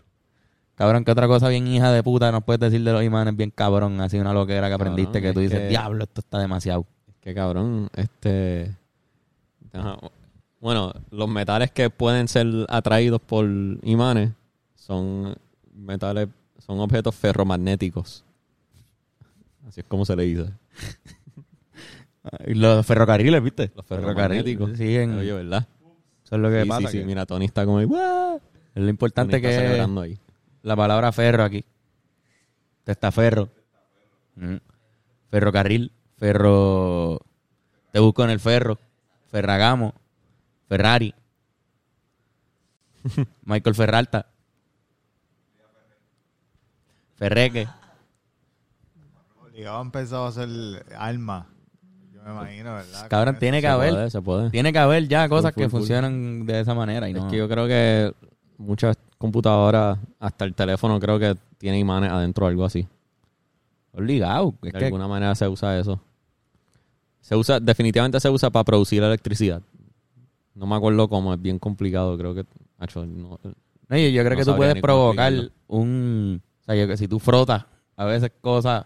[SPEAKER 1] Cabrón, ¿qué otra cosa bien hija de puta nos puedes decir de los imanes bien cabrón? Así una loquera que
[SPEAKER 2] Cabrón,
[SPEAKER 1] aprendiste que tú
[SPEAKER 2] es
[SPEAKER 1] dices,
[SPEAKER 2] que-
[SPEAKER 1] diablo, esto está demasiado.
[SPEAKER 2] Que cabrón, este. ajá, Bueno, los metales que pueden ser atraídos por imanes son metales, son objetos ferromagnéticos. Así es como se le dice.
[SPEAKER 1] Los ferrocarriles, ¿viste?
[SPEAKER 2] Los ferromagnéticos.
[SPEAKER 1] Siguen.
[SPEAKER 2] Oye, ¿verdad?
[SPEAKER 1] Eso es lo que
[SPEAKER 2] sí,
[SPEAKER 1] pasa.
[SPEAKER 2] sí, sí,
[SPEAKER 1] que-
[SPEAKER 2] mira, Tony está como ahí. "Guau".
[SPEAKER 1] Es lo
[SPEAKER 2] Tony
[SPEAKER 1] importante
[SPEAKER 2] está
[SPEAKER 1] que es
[SPEAKER 2] celebrando ahí.
[SPEAKER 1] la palabra ferro aquí. Testaferro. Mm. Ferrocarril. Ferro. Te busco en el ferro. Ferragamo.
[SPEAKER 2] (laughs)
[SPEAKER 1] Ferrari. Michael Ferralta. Ferreque.
[SPEAKER 4] Obligado empezado a hacer alma. Yo me imagino,
[SPEAKER 2] Pues,
[SPEAKER 4] ¿verdad?
[SPEAKER 1] Cabrón,
[SPEAKER 4] Con
[SPEAKER 1] tiene que
[SPEAKER 2] Se
[SPEAKER 1] haber.
[SPEAKER 2] puede, se puede.
[SPEAKER 1] Tiene que haber ya cosas
[SPEAKER 2] full,
[SPEAKER 1] que
[SPEAKER 2] full.
[SPEAKER 1] funcionan de esa manera y
[SPEAKER 2] Es
[SPEAKER 1] no.
[SPEAKER 2] que yo creo que muchas computadoras, hasta el teléfono, creo que tiene imanes adentro o algo así.
[SPEAKER 1] obligado.
[SPEAKER 2] De
[SPEAKER 1] Es que
[SPEAKER 2] alguna manera se usa eso. Se usa, definitivamente se usa para producir electricidad. No me acuerdo cómo, es bien complicado, creo que. acho, no-
[SPEAKER 1] no, yo, yo creo
[SPEAKER 2] no
[SPEAKER 1] que tú
[SPEAKER 2] sabría
[SPEAKER 1] puedes
[SPEAKER 2] ni cómo
[SPEAKER 1] provocar
[SPEAKER 2] explicarlo.
[SPEAKER 1] un. O sea, yo creo que si tú frotas a veces cosas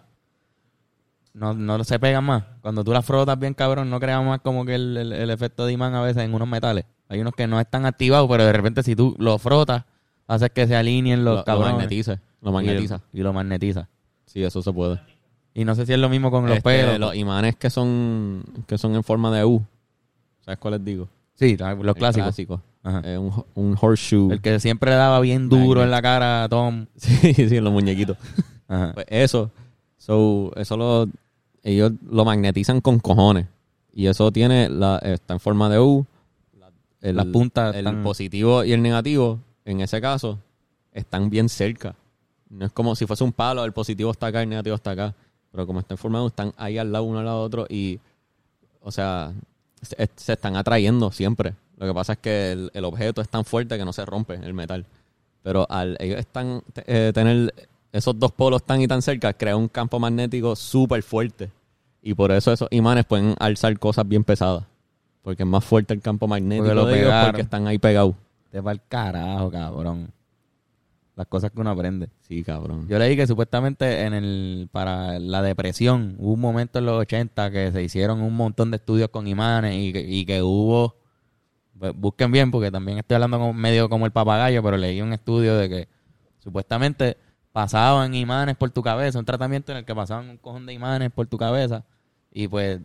[SPEAKER 1] no, no se pegan más. Cuando tú las frotas bien cabrón, no creas más como que el, el- el efecto de imán a veces en unos metales. Hay unos que no están activados, pero de repente si tú lo frotas, haces que se alineen
[SPEAKER 2] lo,
[SPEAKER 1] los
[SPEAKER 2] lo
[SPEAKER 1] cabrones.
[SPEAKER 2] magnetiza. Lo magnetiza.
[SPEAKER 1] Y, y lo magnetiza.
[SPEAKER 2] Sí, eso se puede.
[SPEAKER 1] Y no sé si es lo mismo con los
[SPEAKER 2] Este,
[SPEAKER 1] pelos.
[SPEAKER 2] los imanes que son, que son en forma de U. ¿Sabes cuáles digo?
[SPEAKER 1] Sí, los
[SPEAKER 2] El
[SPEAKER 1] clásicos.
[SPEAKER 2] clásico.
[SPEAKER 1] Ajá.
[SPEAKER 2] Eh, un, un horseshoe. (laughs)
[SPEAKER 1] El que siempre le daba bien duro en la cara a Tom.
[SPEAKER 2] Sí, sí, los muñequitos.
[SPEAKER 1] Ajá.
[SPEAKER 2] Pues eso So, eso lo, ellos lo magnetizan con cojones. Y eso tiene, la, está en forma de U. el-
[SPEAKER 1] Las puntas
[SPEAKER 2] El
[SPEAKER 1] están-
[SPEAKER 2] positivo y el negativo, en ese caso, están bien cerca. No es como si fuese un palo, el positivo está acá, el negativo está acá. Pero como están formados, están ahí al lado uno al lado otro y, o sea, se, se están atrayendo siempre. Lo que pasa es que el, el objeto es tan fuerte que no se rompe el metal. Pero al ellos están te- eh, tener esos dos polos tan y tan cerca, crea un campo magnético súper fuerte. Y por eso esos imanes pueden alzar cosas bien pesadas. Porque es más fuerte el campo magnético
[SPEAKER 1] Porque lo
[SPEAKER 2] de ellos
[SPEAKER 1] pegaron.
[SPEAKER 2] porque están ahí pegados.
[SPEAKER 1] Te va el carajo, cabrón. Las cosas que uno aprende.
[SPEAKER 2] Sí, cabrón.
[SPEAKER 1] Yo leí que supuestamente en el para la depresión hubo un momento en los 80 que se hicieron un montón de estudios con imanes y que, y que hubo pues, busquen bien porque también estoy hablando como- medio como el papagayo, pero leí un estudio de que supuestamente pasaban imanes por tu cabeza, un tratamiento en el que pasaban un cojón de imanes por tu cabeza y pues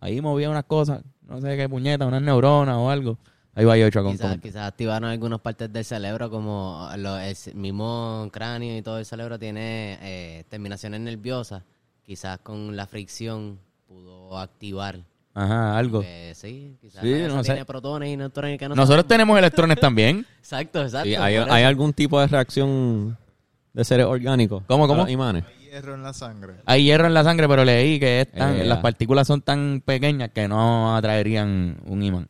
[SPEAKER 1] ahí movía unas cosas, no sé qué puñeta, unas neuronas o algo. Ahí va yo hecho con
[SPEAKER 7] Quizás
[SPEAKER 1] con-
[SPEAKER 7] quizás activaron algunas partes del cerebro, como lo- el c- mismo cráneo y todo el cerebro tiene eh, terminaciones nerviosas. Quizás con la fricción pudo activar.
[SPEAKER 1] Ajá, algo.
[SPEAKER 7] Eh, sí, quizás
[SPEAKER 1] Oh. Sí,
[SPEAKER 7] la cabeza
[SPEAKER 1] no sé.
[SPEAKER 7] tiene protones y neutrones que no
[SPEAKER 1] Nosotros
[SPEAKER 7] sabemos.
[SPEAKER 1] tenemos electrones también.
[SPEAKER 7] Exacto, exacto.
[SPEAKER 2] Sí, ¿hay,
[SPEAKER 7] por eso.
[SPEAKER 2] hay algún tipo de reacción de seres orgánicos?
[SPEAKER 1] ¿Cómo,
[SPEAKER 2] a
[SPEAKER 1] cómo?
[SPEAKER 2] los Imanes.
[SPEAKER 4] Hierro en la sangre.
[SPEAKER 1] Hay hierro en la sangre, pero leí que es tan-
[SPEAKER 2] Eh,
[SPEAKER 1] las
[SPEAKER 2] ah.
[SPEAKER 1] partículas son tan pequeñas que no atraerían un imán.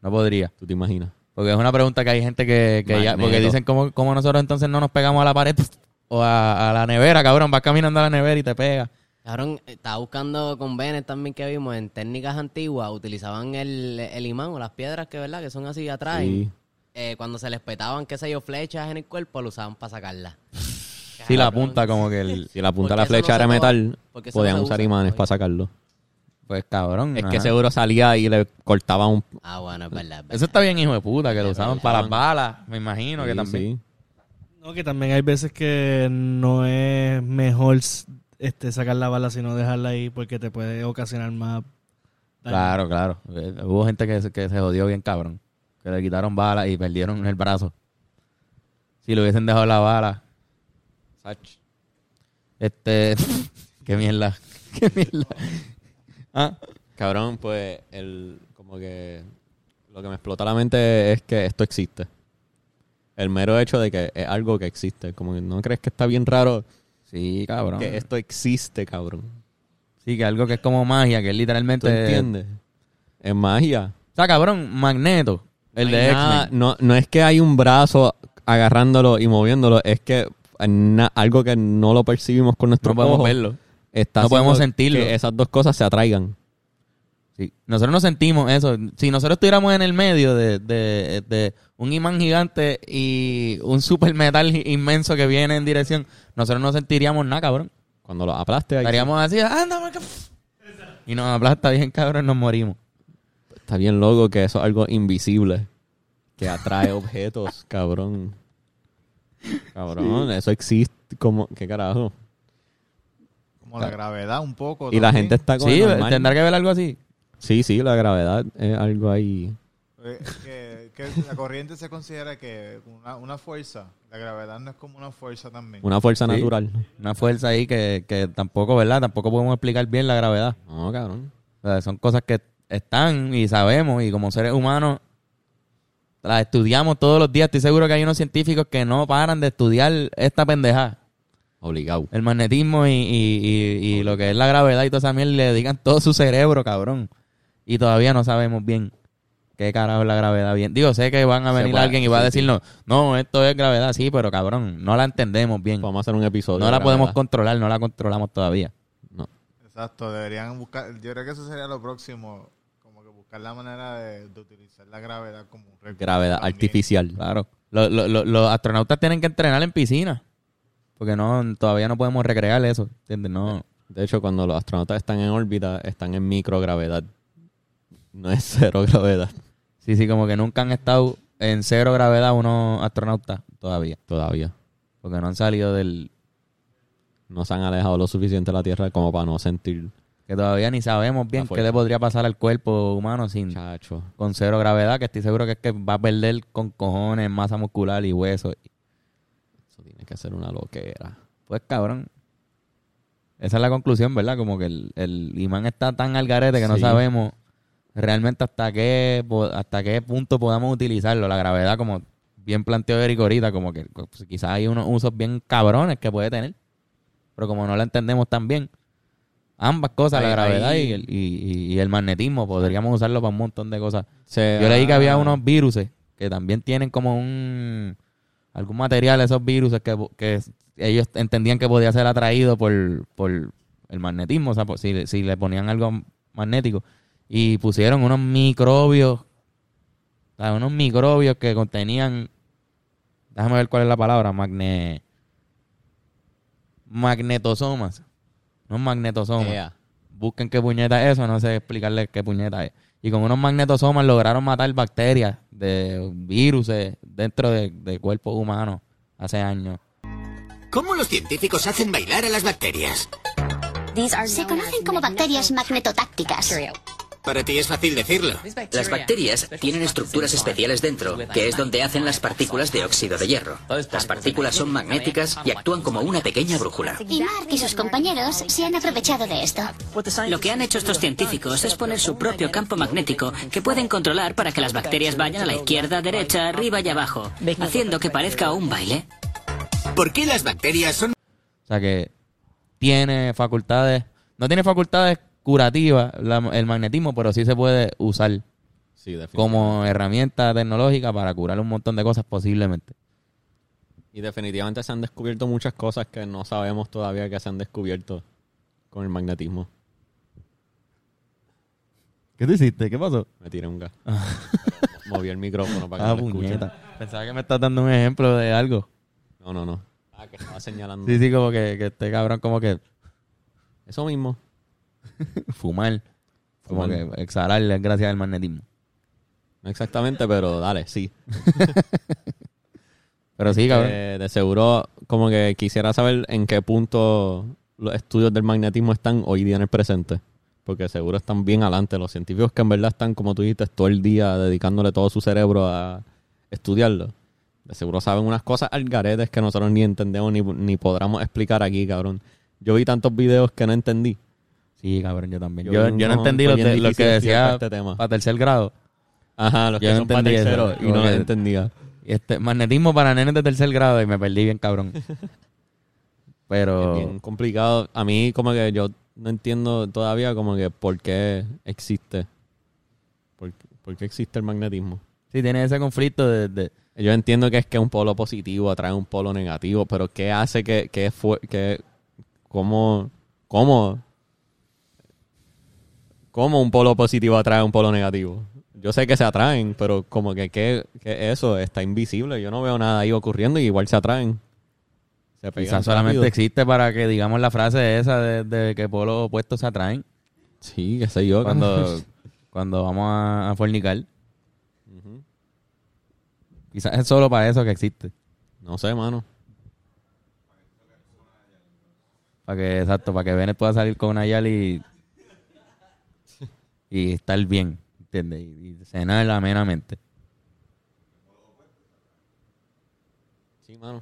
[SPEAKER 1] No podría.
[SPEAKER 2] ¿Tú te imaginas?
[SPEAKER 1] Porque es una pregunta que hay gente que, que ya...
[SPEAKER 2] Magneto.
[SPEAKER 1] Porque dicen, ¿cómo, cómo nosotros entonces no nos pegamos a la pared o a, a la nevera, cabrón? Vas caminando a la nevera y te pega.
[SPEAKER 7] Cabrón, estaba buscando con Bennett también que vimos en técnicas antiguas, utilizaban el, el imán o las piedras que verdad que son así atrás.
[SPEAKER 2] Sí.
[SPEAKER 7] Eh, cuando se les petaban, qué sé yo, flechas en el cuerpo, lo usaban para sacarlas.
[SPEAKER 1] Sí, la
[SPEAKER 7] Cabrón.
[SPEAKER 1] punta como que el...
[SPEAKER 2] Si la punta de
[SPEAKER 7] Porque
[SPEAKER 2] la
[SPEAKER 7] eso no
[SPEAKER 2] flecha
[SPEAKER 7] se
[SPEAKER 2] era
[SPEAKER 7] usa-
[SPEAKER 2] metal,
[SPEAKER 7] porque eso no
[SPEAKER 2] podían
[SPEAKER 7] se
[SPEAKER 2] usar
[SPEAKER 7] usa
[SPEAKER 2] imanes
[SPEAKER 7] hoy.
[SPEAKER 2] para sacarlo.
[SPEAKER 1] Pues cabrón.
[SPEAKER 2] Es que
[SPEAKER 1] ajá.
[SPEAKER 2] seguro salía y le cortaba un...
[SPEAKER 7] Ah, bueno, es verdad. es verdad.
[SPEAKER 1] Eso está bien, hijo de puta, que lo usaban para las balas, me imagino que
[SPEAKER 2] Sí,
[SPEAKER 1] también.
[SPEAKER 2] sí.
[SPEAKER 5] No, que también hay veces que no es mejor s- este, sacar la bala sino dejarla ahí porque te puede ocasionar más daño.
[SPEAKER 1] Claro, claro. Eh, Hubo gente que, se- que se jodió bien cabrón. Que le quitaron balas y perdieron el brazo. Si le hubiesen dejado la bala. Sach. Este. (laughs) qué mierda. (laughs) Qué mierda. Ah,
[SPEAKER 2] Cabrón, pues el como que lo que me explota la mente es que esto existe. El mero hecho de que es algo que existe, como que no crees que está bien raro
[SPEAKER 1] sí, cabrón.
[SPEAKER 2] que esto existe, cabrón.
[SPEAKER 1] Sí, que algo que es como magia, que es
[SPEAKER 2] ¿Tú
[SPEAKER 1] literalmente.
[SPEAKER 2] entiendes? Es magia.
[SPEAKER 1] O sea, cabrón, Magneto. El
[SPEAKER 2] No hay
[SPEAKER 1] de
[SPEAKER 2] nada-
[SPEAKER 1] X-Men.
[SPEAKER 2] No, no es que hay un brazo agarrándolo y moviéndolo, es que na- algo que no lo percibimos con nuestro
[SPEAKER 1] No podemos
[SPEAKER 2] ojo
[SPEAKER 1] verlo.
[SPEAKER 2] está
[SPEAKER 1] No
[SPEAKER 2] haciendo
[SPEAKER 1] podemos sentirlo.
[SPEAKER 2] Que esas dos cosas se atraigan.
[SPEAKER 1] Sí, Nosotros no sentimos eso. Si nosotros estuviéramos en el medio de, de- de un imán gigante y un super metal inmenso que viene en dirección, nosotros no sentiríamos nada, cabrón.
[SPEAKER 2] Cuando lo aplaste, ahí-
[SPEAKER 1] Estaríamos así, "Ah, anda, marca". Y nos aplasta bien, cabrón, nos morimos.
[SPEAKER 2] Está bien loco que eso es algo invisible. Que atrae objetos, cabrón. Cabrón, eso existe como... ¿Qué carajo?
[SPEAKER 4] Como la gravedad un poco.
[SPEAKER 2] Y la
[SPEAKER 4] también.
[SPEAKER 2] gente está con
[SPEAKER 1] Sí,
[SPEAKER 2] el normal.
[SPEAKER 1] tendrá que ver algo así.
[SPEAKER 2] Sí, sí, la gravedad es algo ahí.
[SPEAKER 4] Eh, que, que la corriente se considera que una, una fuerza, la gravedad no es como una fuerza también.
[SPEAKER 2] Una fuerza
[SPEAKER 1] Sí.
[SPEAKER 2] natural.
[SPEAKER 1] Una fuerza ahí que, que tampoco, ¿verdad? Tampoco podemos explicar bien la gravedad.
[SPEAKER 2] No, cabrón.
[SPEAKER 1] O sea, son cosas que están y sabemos y como seres humanos las estudiamos todos los días. Estoy seguro que hay unos científicos que no paran de estudiar esta pendejada.
[SPEAKER 2] Obligado.
[SPEAKER 1] El magnetismo y, y- y- y lo que es la gravedad y toda esa mierda, le dedican todo su cerebro, cabrón. Y todavía no sabemos bien qué carajo es la gravedad bien. Digo, sé que van a
[SPEAKER 2] Se
[SPEAKER 1] venir
[SPEAKER 2] puede-
[SPEAKER 1] alguien y va a
[SPEAKER 2] sí,
[SPEAKER 1] decirnos, no, esto es gravedad, sí, pero cabrón, no la entendemos bien.
[SPEAKER 2] Vamos a hacer un episodio.
[SPEAKER 1] No
[SPEAKER 2] de
[SPEAKER 1] la podemos
[SPEAKER 2] gravedad.
[SPEAKER 1] controlar, no la controlamos todavía.
[SPEAKER 2] No.
[SPEAKER 4] Exacto, deberían buscar, yo creo que eso sería lo próximo, como que buscar la manera de, de utilizar la gravedad como un recurso
[SPEAKER 2] Gravedad
[SPEAKER 4] también.
[SPEAKER 2] artificial.
[SPEAKER 1] Claro. Lo- lo- lo- los astronautas tienen que entrenar en piscina. Porque no, todavía no podemos recrear eso. ¿Entiendes? No.
[SPEAKER 2] De hecho, cuando los astronautas están en órbita, están en microgravedad. No es cero gravedad
[SPEAKER 1] Sí, sí, como que nunca han estado en cero gravedad unos astronautas todavía.
[SPEAKER 2] todavía.
[SPEAKER 1] Porque no han salido del.
[SPEAKER 2] No se han alejado lo suficiente de la Tierra como para no sentir
[SPEAKER 1] Que todavía ni sabemos bien qué
[SPEAKER 2] fuerza.
[SPEAKER 1] le podría pasar al cuerpo humano sin
[SPEAKER 2] chacho.
[SPEAKER 1] con cero gravedad. Que estoy seguro que es que va a perder con cojones, masa muscular y huesos.
[SPEAKER 2] Eso tiene que ser una loquera.
[SPEAKER 1] Pues cabrón. Esa es la conclusión, ¿verdad? Como que el, el imán está tan al garete que no
[SPEAKER 2] Sí.
[SPEAKER 1] sabemos realmente hasta qué po- hasta qué punto podamos utilizarlo. La gravedad, como bien planteó Eric ahorita, como que pues, quizás hay unos usos bien cabrones que puede tener. Pero como no la entendemos tan bien, ambas cosas, la
[SPEAKER 2] Ahí-
[SPEAKER 1] gravedad
[SPEAKER 2] ahí-
[SPEAKER 1] y, el, y- y- y el magnetismo, podríamos usarlo para un montón de cosas.
[SPEAKER 2] Se-
[SPEAKER 1] Yo leí que había
[SPEAKER 2] ah,
[SPEAKER 1] unos virus que también tienen como un algún material esos virus que, que ellos entendían que podía ser atraído por, por el magnetismo, o sea, por- si, si le ponían algo magnético. Y pusieron unos microbios, o sea, unos microbios que contenían, déjame ver cuál es la palabra, magne, magnetosomas, no magnetosomas
[SPEAKER 7] Ea.
[SPEAKER 1] busquen qué puñeta es eso, no sé explicarles qué puñeta es. Y con unos magnetosomas lograron matar bacterias de virus dentro de, de cuerpos humanos hace años.
[SPEAKER 8] ¿Cómo los científicos hacen bailar a las bacterias?
[SPEAKER 9] Se conocen como bacterias magnetotácticas.
[SPEAKER 8] Para ti es fácil decirlo.
[SPEAKER 10] Las bacterias tienen estructuras especiales dentro, que es donde hacen las partículas de óxido de hierro. Las partículas son magnéticas y actúan como una pequeña brújula.
[SPEAKER 9] Y Mark y sus compañeros se han aprovechado de esto.
[SPEAKER 10] Lo que han hecho estos científicos es poner su propio campo magnético que pueden controlar para que las bacterias vayan a la izquierda, derecha, arriba y abajo, haciendo que parezca un baile.
[SPEAKER 8] ¿Por qué las bacterias son
[SPEAKER 1] O sea que tiene facultades, no tiene facultades curativas la- el magnetismo, pero sí se puede usar
[SPEAKER 2] Sí, definitivamente.
[SPEAKER 1] como herramienta tecnológica para curar un montón de cosas posiblemente.
[SPEAKER 2] Y definitivamente se han descubierto muchas cosas que no sabemos todavía que se han descubierto con el magnetismo.
[SPEAKER 1] ¿Qué te hiciste? ¿Qué pasó?
[SPEAKER 2] Me tiré
[SPEAKER 1] (laughs)
[SPEAKER 2] un gas. Moví el micrófono para que
[SPEAKER 1] Ah,
[SPEAKER 2] no lo escuchen.
[SPEAKER 1] puñeta. Pensaba que me estás dando un ejemplo de algo.
[SPEAKER 2] No, no, no. Ah, que estaba señalando.
[SPEAKER 1] Sí, sí, como que, que este cabrón como que
[SPEAKER 2] Eso mismo.
[SPEAKER 1] fumar. Como
[SPEAKER 2] Fumar.
[SPEAKER 1] que exhalar es gracias al magnetismo.
[SPEAKER 2] No exactamente, pero dale, sí.
[SPEAKER 1] Pero sí, cabrón.
[SPEAKER 2] Eh, de seguro, como que quisiera saber en qué punto los estudios del magnetismo están hoy día en el presente. Porque seguro están bien adelante. Los científicos que en verdad están, como tú dijiste, todo el día dedicándole todo su cerebro a estudiarlo. De seguro saben unas cosas al garete que nosotros ni entendemos ni, ni podremos explicar aquí, cabrón. Yo vi tantos videos que no entendí.
[SPEAKER 1] sí, cabrón, yo también.
[SPEAKER 2] yo
[SPEAKER 1] Yo,
[SPEAKER 2] vi un
[SPEAKER 1] yo no
[SPEAKER 2] cojón,
[SPEAKER 1] entendí
[SPEAKER 2] fue
[SPEAKER 1] lo,
[SPEAKER 2] bien
[SPEAKER 1] de- lo que
[SPEAKER 2] difícil explicar
[SPEAKER 1] decía
[SPEAKER 2] este tema.
[SPEAKER 1] para tercer grado.
[SPEAKER 2] Ajá, los
[SPEAKER 1] Yo
[SPEAKER 2] que
[SPEAKER 1] no
[SPEAKER 2] son para
[SPEAKER 1] entendí eso,
[SPEAKER 2] terceros y no
[SPEAKER 1] como
[SPEAKER 2] los
[SPEAKER 1] que-
[SPEAKER 2] entendía.
[SPEAKER 1] Este, magnetismo para nenes de tercer grado y me perdí
[SPEAKER 2] (laughs)
[SPEAKER 1] bien, cabrón.
[SPEAKER 2] Es
[SPEAKER 1] Pero
[SPEAKER 2] bien complicado. A mí como que yo no entiendo todavía como que por qué existe. ¿Por, por qué existe el magnetismo?
[SPEAKER 1] sí, tiene ese conflicto de... de-
[SPEAKER 2] Yo entiendo que es que un polo positivo atrae un polo negativo, pero ¿qué hace que, que, fue, que cómo, cómo, cómo un polo positivo atrae un polo negativo? Yo sé que se atraen, pero como que, que, que eso está invisible. Yo no veo nada ahí ocurriendo y igual se atraen. Se pegan
[SPEAKER 1] quizás solamente
[SPEAKER 2] rápido.
[SPEAKER 1] existe para que digamos la frase esa de, de que polos opuestos se atraen
[SPEAKER 2] Sí, qué sé yo. (laughs)
[SPEAKER 1] cuando, cuando vamos a, a fornicar. Quizás es solo para eso que existe.
[SPEAKER 2] No sé, mano.
[SPEAKER 1] Para que, exacto, para que Bennett pueda salir con una Yal y, y estar bien, ¿entiendes? Y, y cenar amenamente.
[SPEAKER 2] Sí, mano.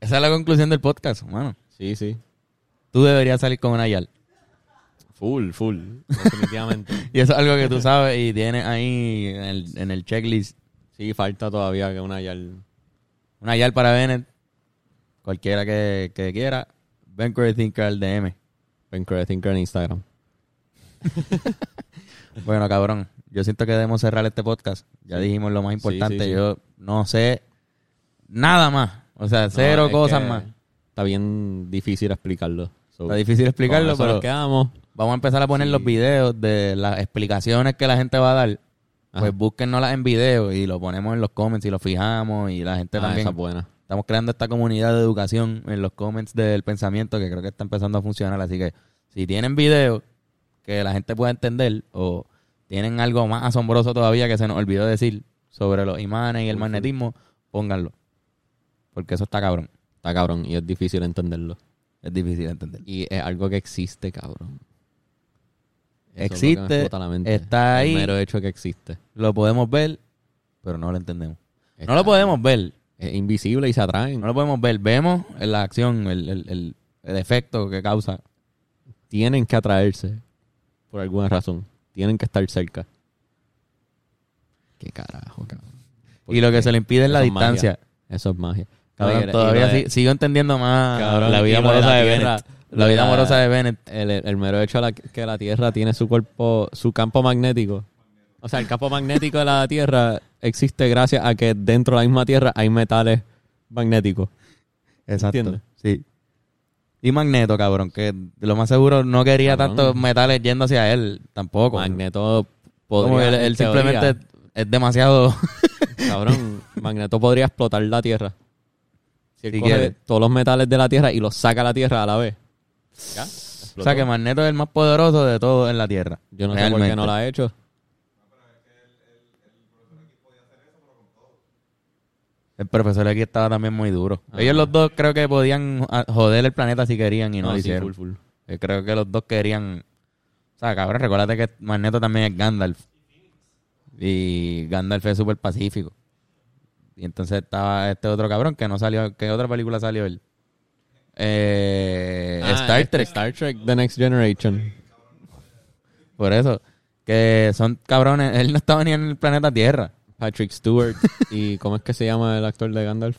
[SPEAKER 1] Esa es la conclusión del podcast, mano.
[SPEAKER 2] Sí, sí.
[SPEAKER 1] Tú deberías salir con una Yal.
[SPEAKER 2] Full, full. (laughs) Definitivamente.
[SPEAKER 1] Y eso es algo que tú sabes y tienes ahí en el, en el checklist.
[SPEAKER 2] sí, falta todavía que una yal.
[SPEAKER 1] Una Yal para Bennett. Cualquiera que, que quiera. Ben Curry Thinker al DM.
[SPEAKER 2] Ben Credit Thinker en Instagram.
[SPEAKER 1] Bueno, cabrón, yo siento que debemos cerrar este podcast. Ya dijimos lo más importante.
[SPEAKER 2] Sí, sí, sí.
[SPEAKER 1] Yo no sé nada más. O sea, cero
[SPEAKER 2] No, es
[SPEAKER 1] cosas
[SPEAKER 2] que
[SPEAKER 1] más.
[SPEAKER 2] Está bien difícil explicarlo. So,
[SPEAKER 1] Está difícil
[SPEAKER 2] con
[SPEAKER 1] explicarlo,
[SPEAKER 2] eso
[SPEAKER 1] pero...
[SPEAKER 2] nos quedamos.
[SPEAKER 1] Vamos a empezar a poner los videos de las explicaciones que la gente va a dar.
[SPEAKER 2] Ajá.
[SPEAKER 1] Pues búsquennoslas en video y lo ponemos en los comments y lo fijamos y la gente
[SPEAKER 2] Ah,
[SPEAKER 1] también.
[SPEAKER 2] esa es buena.
[SPEAKER 1] Estamos creando esta comunidad de educación en los comments del pensamiento que creo que está empezando a funcionar. Así que si tienen video que la gente pueda entender o tienen algo más asombroso todavía que se nos olvidó decir sobre los imanes y el magnetismo, pónganlo. Porque eso está cabrón.
[SPEAKER 2] Está cabrón y es difícil entenderlo.
[SPEAKER 1] Es difícil de entender.
[SPEAKER 2] Y es algo que existe, cabrón. Eso es lo que me
[SPEAKER 1] Existe,
[SPEAKER 2] explota la mente.
[SPEAKER 1] está ahí.
[SPEAKER 2] El mero hecho que existe.
[SPEAKER 1] Lo podemos ver, pero no lo entendemos. No lo podemos ver.
[SPEAKER 2] Es invisible y se atraen.
[SPEAKER 1] No lo podemos ver. Vemos la acción, el, el- el- el efecto que causa.
[SPEAKER 2] Tienen que atraerse. Por alguna razón. Tienen que estar cerca. Qué carajo, cabrón.
[SPEAKER 1] Y lo que se le impide es la
[SPEAKER 2] Eso es magia.
[SPEAKER 1] distancia.
[SPEAKER 2] Eso es magia.
[SPEAKER 1] Cabrón,
[SPEAKER 2] Y lo de-
[SPEAKER 1] todavía sí- sigo entendiendo más
[SPEAKER 2] Cabrón,
[SPEAKER 1] la vida
[SPEAKER 2] y lo de
[SPEAKER 1] amorosa de,
[SPEAKER 2] tierra,
[SPEAKER 1] Bennett.
[SPEAKER 2] lo
[SPEAKER 1] La vida amorosa de Bennett. eh.
[SPEAKER 2] El, el mero hecho de la- que la Tierra tiene su cuerpo, su campo magnético. O sea, el campo magnético de la Tierra existe gracias a que dentro de la misma Tierra hay metales magnéticos.
[SPEAKER 1] Exacto.
[SPEAKER 2] ¿Entiendes?
[SPEAKER 1] Sí. Y Magneto, cabrón, que lo más seguro no quería
[SPEAKER 2] Cabrón.
[SPEAKER 1] tantos metales yendo hacia él tampoco.
[SPEAKER 2] Magneto podría...
[SPEAKER 1] Como que él,
[SPEAKER 2] en
[SPEAKER 1] él
[SPEAKER 2] teoría,
[SPEAKER 1] simplemente es demasiado. (laughs)
[SPEAKER 2] Cabrón, Magneto podría explotar la Tierra. Si él
[SPEAKER 1] Si
[SPEAKER 2] coge
[SPEAKER 1] quiere.
[SPEAKER 2] todos los metales de la Tierra y los saca a la Tierra a la vez. ¿Ya?
[SPEAKER 1] o sea que Magneto es el más poderoso de todos en la Tierra.
[SPEAKER 2] Yo no sé por
[SPEAKER 1] realmente.
[SPEAKER 2] qué no la ha hecho.
[SPEAKER 1] El profesor aquí estaba también muy duro.
[SPEAKER 2] Ah.
[SPEAKER 1] Ellos los dos creo que podían ah, joder el planeta si querían y no,
[SPEAKER 2] No,
[SPEAKER 1] lo
[SPEAKER 2] sí,
[SPEAKER 1] hicieron.
[SPEAKER 2] full, full.
[SPEAKER 1] Yo creo que los dos querían. O sea, cabrón, recuérdate que Magneto también es Gandalf. Y Gandalf es súper pacífico. Y entonces estaba este otro cabrón que no salió. ¿Qué otra película salió él? Eh,
[SPEAKER 2] Ah,
[SPEAKER 1] Star
[SPEAKER 2] este,
[SPEAKER 1] Trek.
[SPEAKER 2] Star Trek The Next Generation.
[SPEAKER 1] Por eso. Que son cabrones. (laughs) Él no estaba ni en el planeta Tierra.
[SPEAKER 2] Patrick Stewart (laughs) y ¿cómo es que se llama el actor de Gandalf?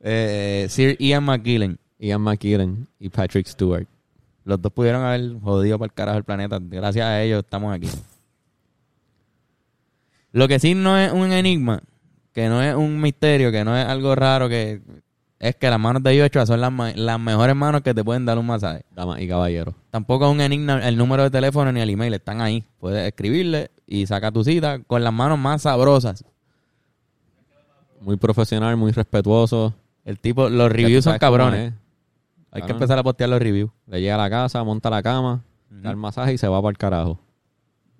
[SPEAKER 1] Eh, Sir Ian McGillen.
[SPEAKER 2] Ian McKellen y Patrick Stewart.
[SPEAKER 1] Los dos pudieron haber jodido para el carajo el planeta. Gracias a ellos estamos aquí. Lo que sí no es un enigma, que no es un misterio, que no es algo raro, que es que las manos de Joshua son las, ma- las mejores manos que te pueden dar un masaje.
[SPEAKER 2] Damas y caballeros.
[SPEAKER 1] Tampoco es un enigma el número de teléfono ni el email, están ahí. Puedes escribirle y saca tu cita con las manos más sabrosas.
[SPEAKER 2] Muy profesional, muy respetuoso.
[SPEAKER 1] El tipo, los
[SPEAKER 2] Ya tú
[SPEAKER 1] reviews son
[SPEAKER 2] sabes cómo
[SPEAKER 1] cabrones.
[SPEAKER 2] es.
[SPEAKER 1] Hay que
[SPEAKER 2] Cabrón.
[SPEAKER 1] empezar a postear los reviews.
[SPEAKER 2] Le llega a la casa, monta la cama, da el masaje y se va para el carajo.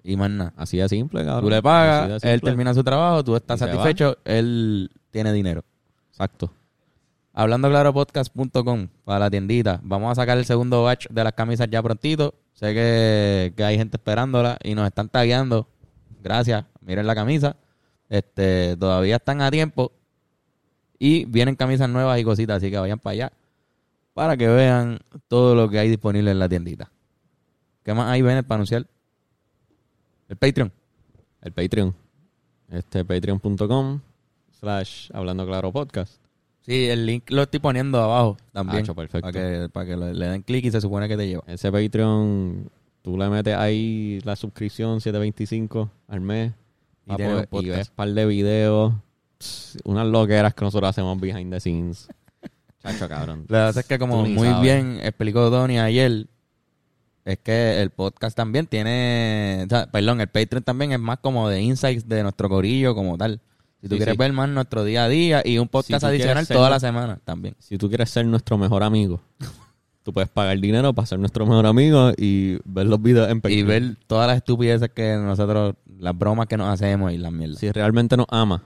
[SPEAKER 1] Y más nada.
[SPEAKER 2] Así de simple, cabrón.
[SPEAKER 1] Tú le
[SPEAKER 2] Así de
[SPEAKER 1] pagas,
[SPEAKER 2] simple.
[SPEAKER 1] él termina su trabajo, tú estás
[SPEAKER 2] Y se va.
[SPEAKER 1] satisfecho, él tiene dinero.
[SPEAKER 2] Exacto.
[SPEAKER 1] Hablando claro podcast.com para la tiendita. Vamos a sacar el segundo batch de las camisas ya prontito. Sé que, que hay gente esperándola y nos están tagueando. Gracias. Miren la camisa. Este, todavía están a tiempo. Y vienen camisas nuevas y cositas, así que vayan para allá. Para que vean todo lo que hay disponible en la tiendita. ¿Qué más hay, Bennett, para anunciar? El Patreon.
[SPEAKER 2] El Patreon. Este patreon.com slash hablando claro podcast.
[SPEAKER 1] Sí, el link lo estoy poniendo abajo también.
[SPEAKER 2] Hacho, perfecto.
[SPEAKER 1] Para que, para que le le den clic y se supone que te lleva.
[SPEAKER 2] Ese Patreon, tú le metes ahí la suscripción 725 al mes.
[SPEAKER 1] Y
[SPEAKER 2] papo,
[SPEAKER 1] tienes un
[SPEAKER 2] Y,
[SPEAKER 1] podcast.
[SPEAKER 2] ves par de videos. Pss, Unas loqueras que nosotros hacemos behind the
[SPEAKER 1] (laughs)
[SPEAKER 2] scenes. Chacho, cabrón.
[SPEAKER 1] La verdad es que
[SPEAKER 2] Tú
[SPEAKER 1] como
[SPEAKER 2] ni
[SPEAKER 1] muy
[SPEAKER 2] sabes.
[SPEAKER 1] bien explicó Donny ayer, es que el podcast también tiene, o sea, perdón, el Patreon también es más como de insights de nuestro corillo como tal. Si tú
[SPEAKER 2] Sí,
[SPEAKER 1] quieres
[SPEAKER 2] sí.
[SPEAKER 1] ver más nuestro día a día y un podcast
[SPEAKER 2] tú quieres
[SPEAKER 1] adicional
[SPEAKER 2] ser-
[SPEAKER 1] toda la semana también.
[SPEAKER 2] Si tú quieres ser nuestro mejor amigo, tú puedes pagar dinero para ser nuestro mejor amigo y ver los videos en Patreon.
[SPEAKER 1] Y ver todas las estupideces que nosotros, las bromas que nos hacemos y las mierdas.
[SPEAKER 2] Si realmente nos amas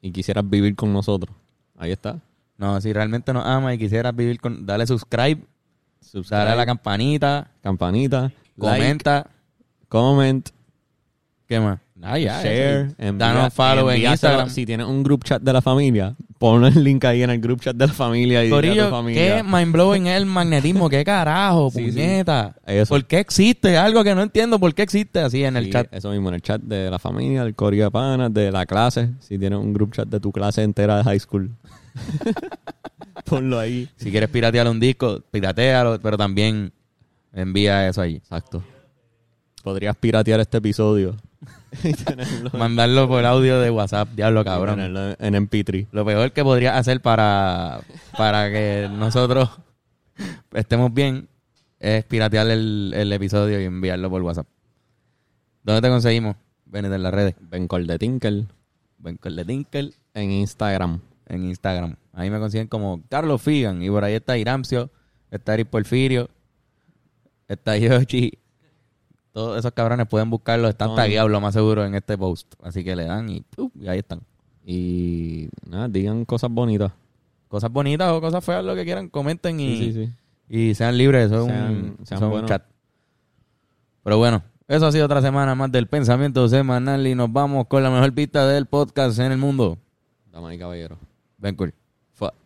[SPEAKER 2] y quisieras vivir con nosotros, ahí está.
[SPEAKER 1] No, si realmente nos amas y quisieras vivir con, dale subscribe,
[SPEAKER 2] Subscribe,
[SPEAKER 1] dale a la campanita,
[SPEAKER 2] campanita, like,
[SPEAKER 1] comenta,
[SPEAKER 2] comment,
[SPEAKER 1] ¿qué más? Ah, ya,
[SPEAKER 2] Pues share,
[SPEAKER 1] sí.
[SPEAKER 2] envía-
[SPEAKER 1] danos follow en
[SPEAKER 2] envíaselo.
[SPEAKER 1] Instagram.
[SPEAKER 2] Si tienes un group chat de la familia, pon el link ahí en el group chat de la familia y dile a
[SPEAKER 1] Corillo,
[SPEAKER 2] tu familia.
[SPEAKER 1] qué mind blowing es el magnetismo, qué carajo,
[SPEAKER 2] Sí, sí.
[SPEAKER 1] puñeta.
[SPEAKER 2] Eso.
[SPEAKER 1] ¿Por qué existe? Algo que no entiendo, ¿por qué existe así en el
[SPEAKER 2] Sí,
[SPEAKER 1] chat?
[SPEAKER 2] Eso mismo, en el chat de la familia, del corillo de panas, de la clase. Si tienes un group chat de tu clase entera de high school, (laughs) ponlo ahí.
[SPEAKER 1] Si quieres piratear un disco, piratealo, pero también envía eso allí.
[SPEAKER 2] Exacto. Podrías piratear este episodio y tenerlo,
[SPEAKER 1] Mandarlo por audio de WhatsApp,
[SPEAKER 2] Oh,
[SPEAKER 1] diablo cabrón.
[SPEAKER 2] tenerlo en MP3.
[SPEAKER 1] Lo peor que podrías hacer para, para que nosotros estemos bien es piratear el, el episodio y enviarlo por WhatsApp. ¿Dónde te conseguimos? Venid en las redes.
[SPEAKER 2] Ben de Tinker
[SPEAKER 1] Ven con el de Tinker.
[SPEAKER 2] en Instagram.
[SPEAKER 1] en Instagram. Ahí me consiguen como Carlos Figan. Y por ahí está Iramcio, está Eric Porfirio, está Yoshi. Todos esos cabrones pueden buscarlos. Están
[SPEAKER 2] No,
[SPEAKER 1] tagueados lo más seguro en este post. Así que le dan y, ¡pum! y ahí están.
[SPEAKER 2] Y nada, digan cosas bonitas. Mm.
[SPEAKER 1] Cosas bonitas o cosas feas, lo que quieran, comenten y,
[SPEAKER 2] Sí, sí, sí.
[SPEAKER 1] y sean libres. Eso es un,
[SPEAKER 2] Sean- sean
[SPEAKER 1] eso es un
[SPEAKER 2] buenos.
[SPEAKER 1] chat. Pero bueno, eso ha sido otra semana más del pensamiento semanal y nos vamos con la mejor pista del podcast en el mundo. Damas y caballero.
[SPEAKER 2] Ben cool.
[SPEAKER 1] Fue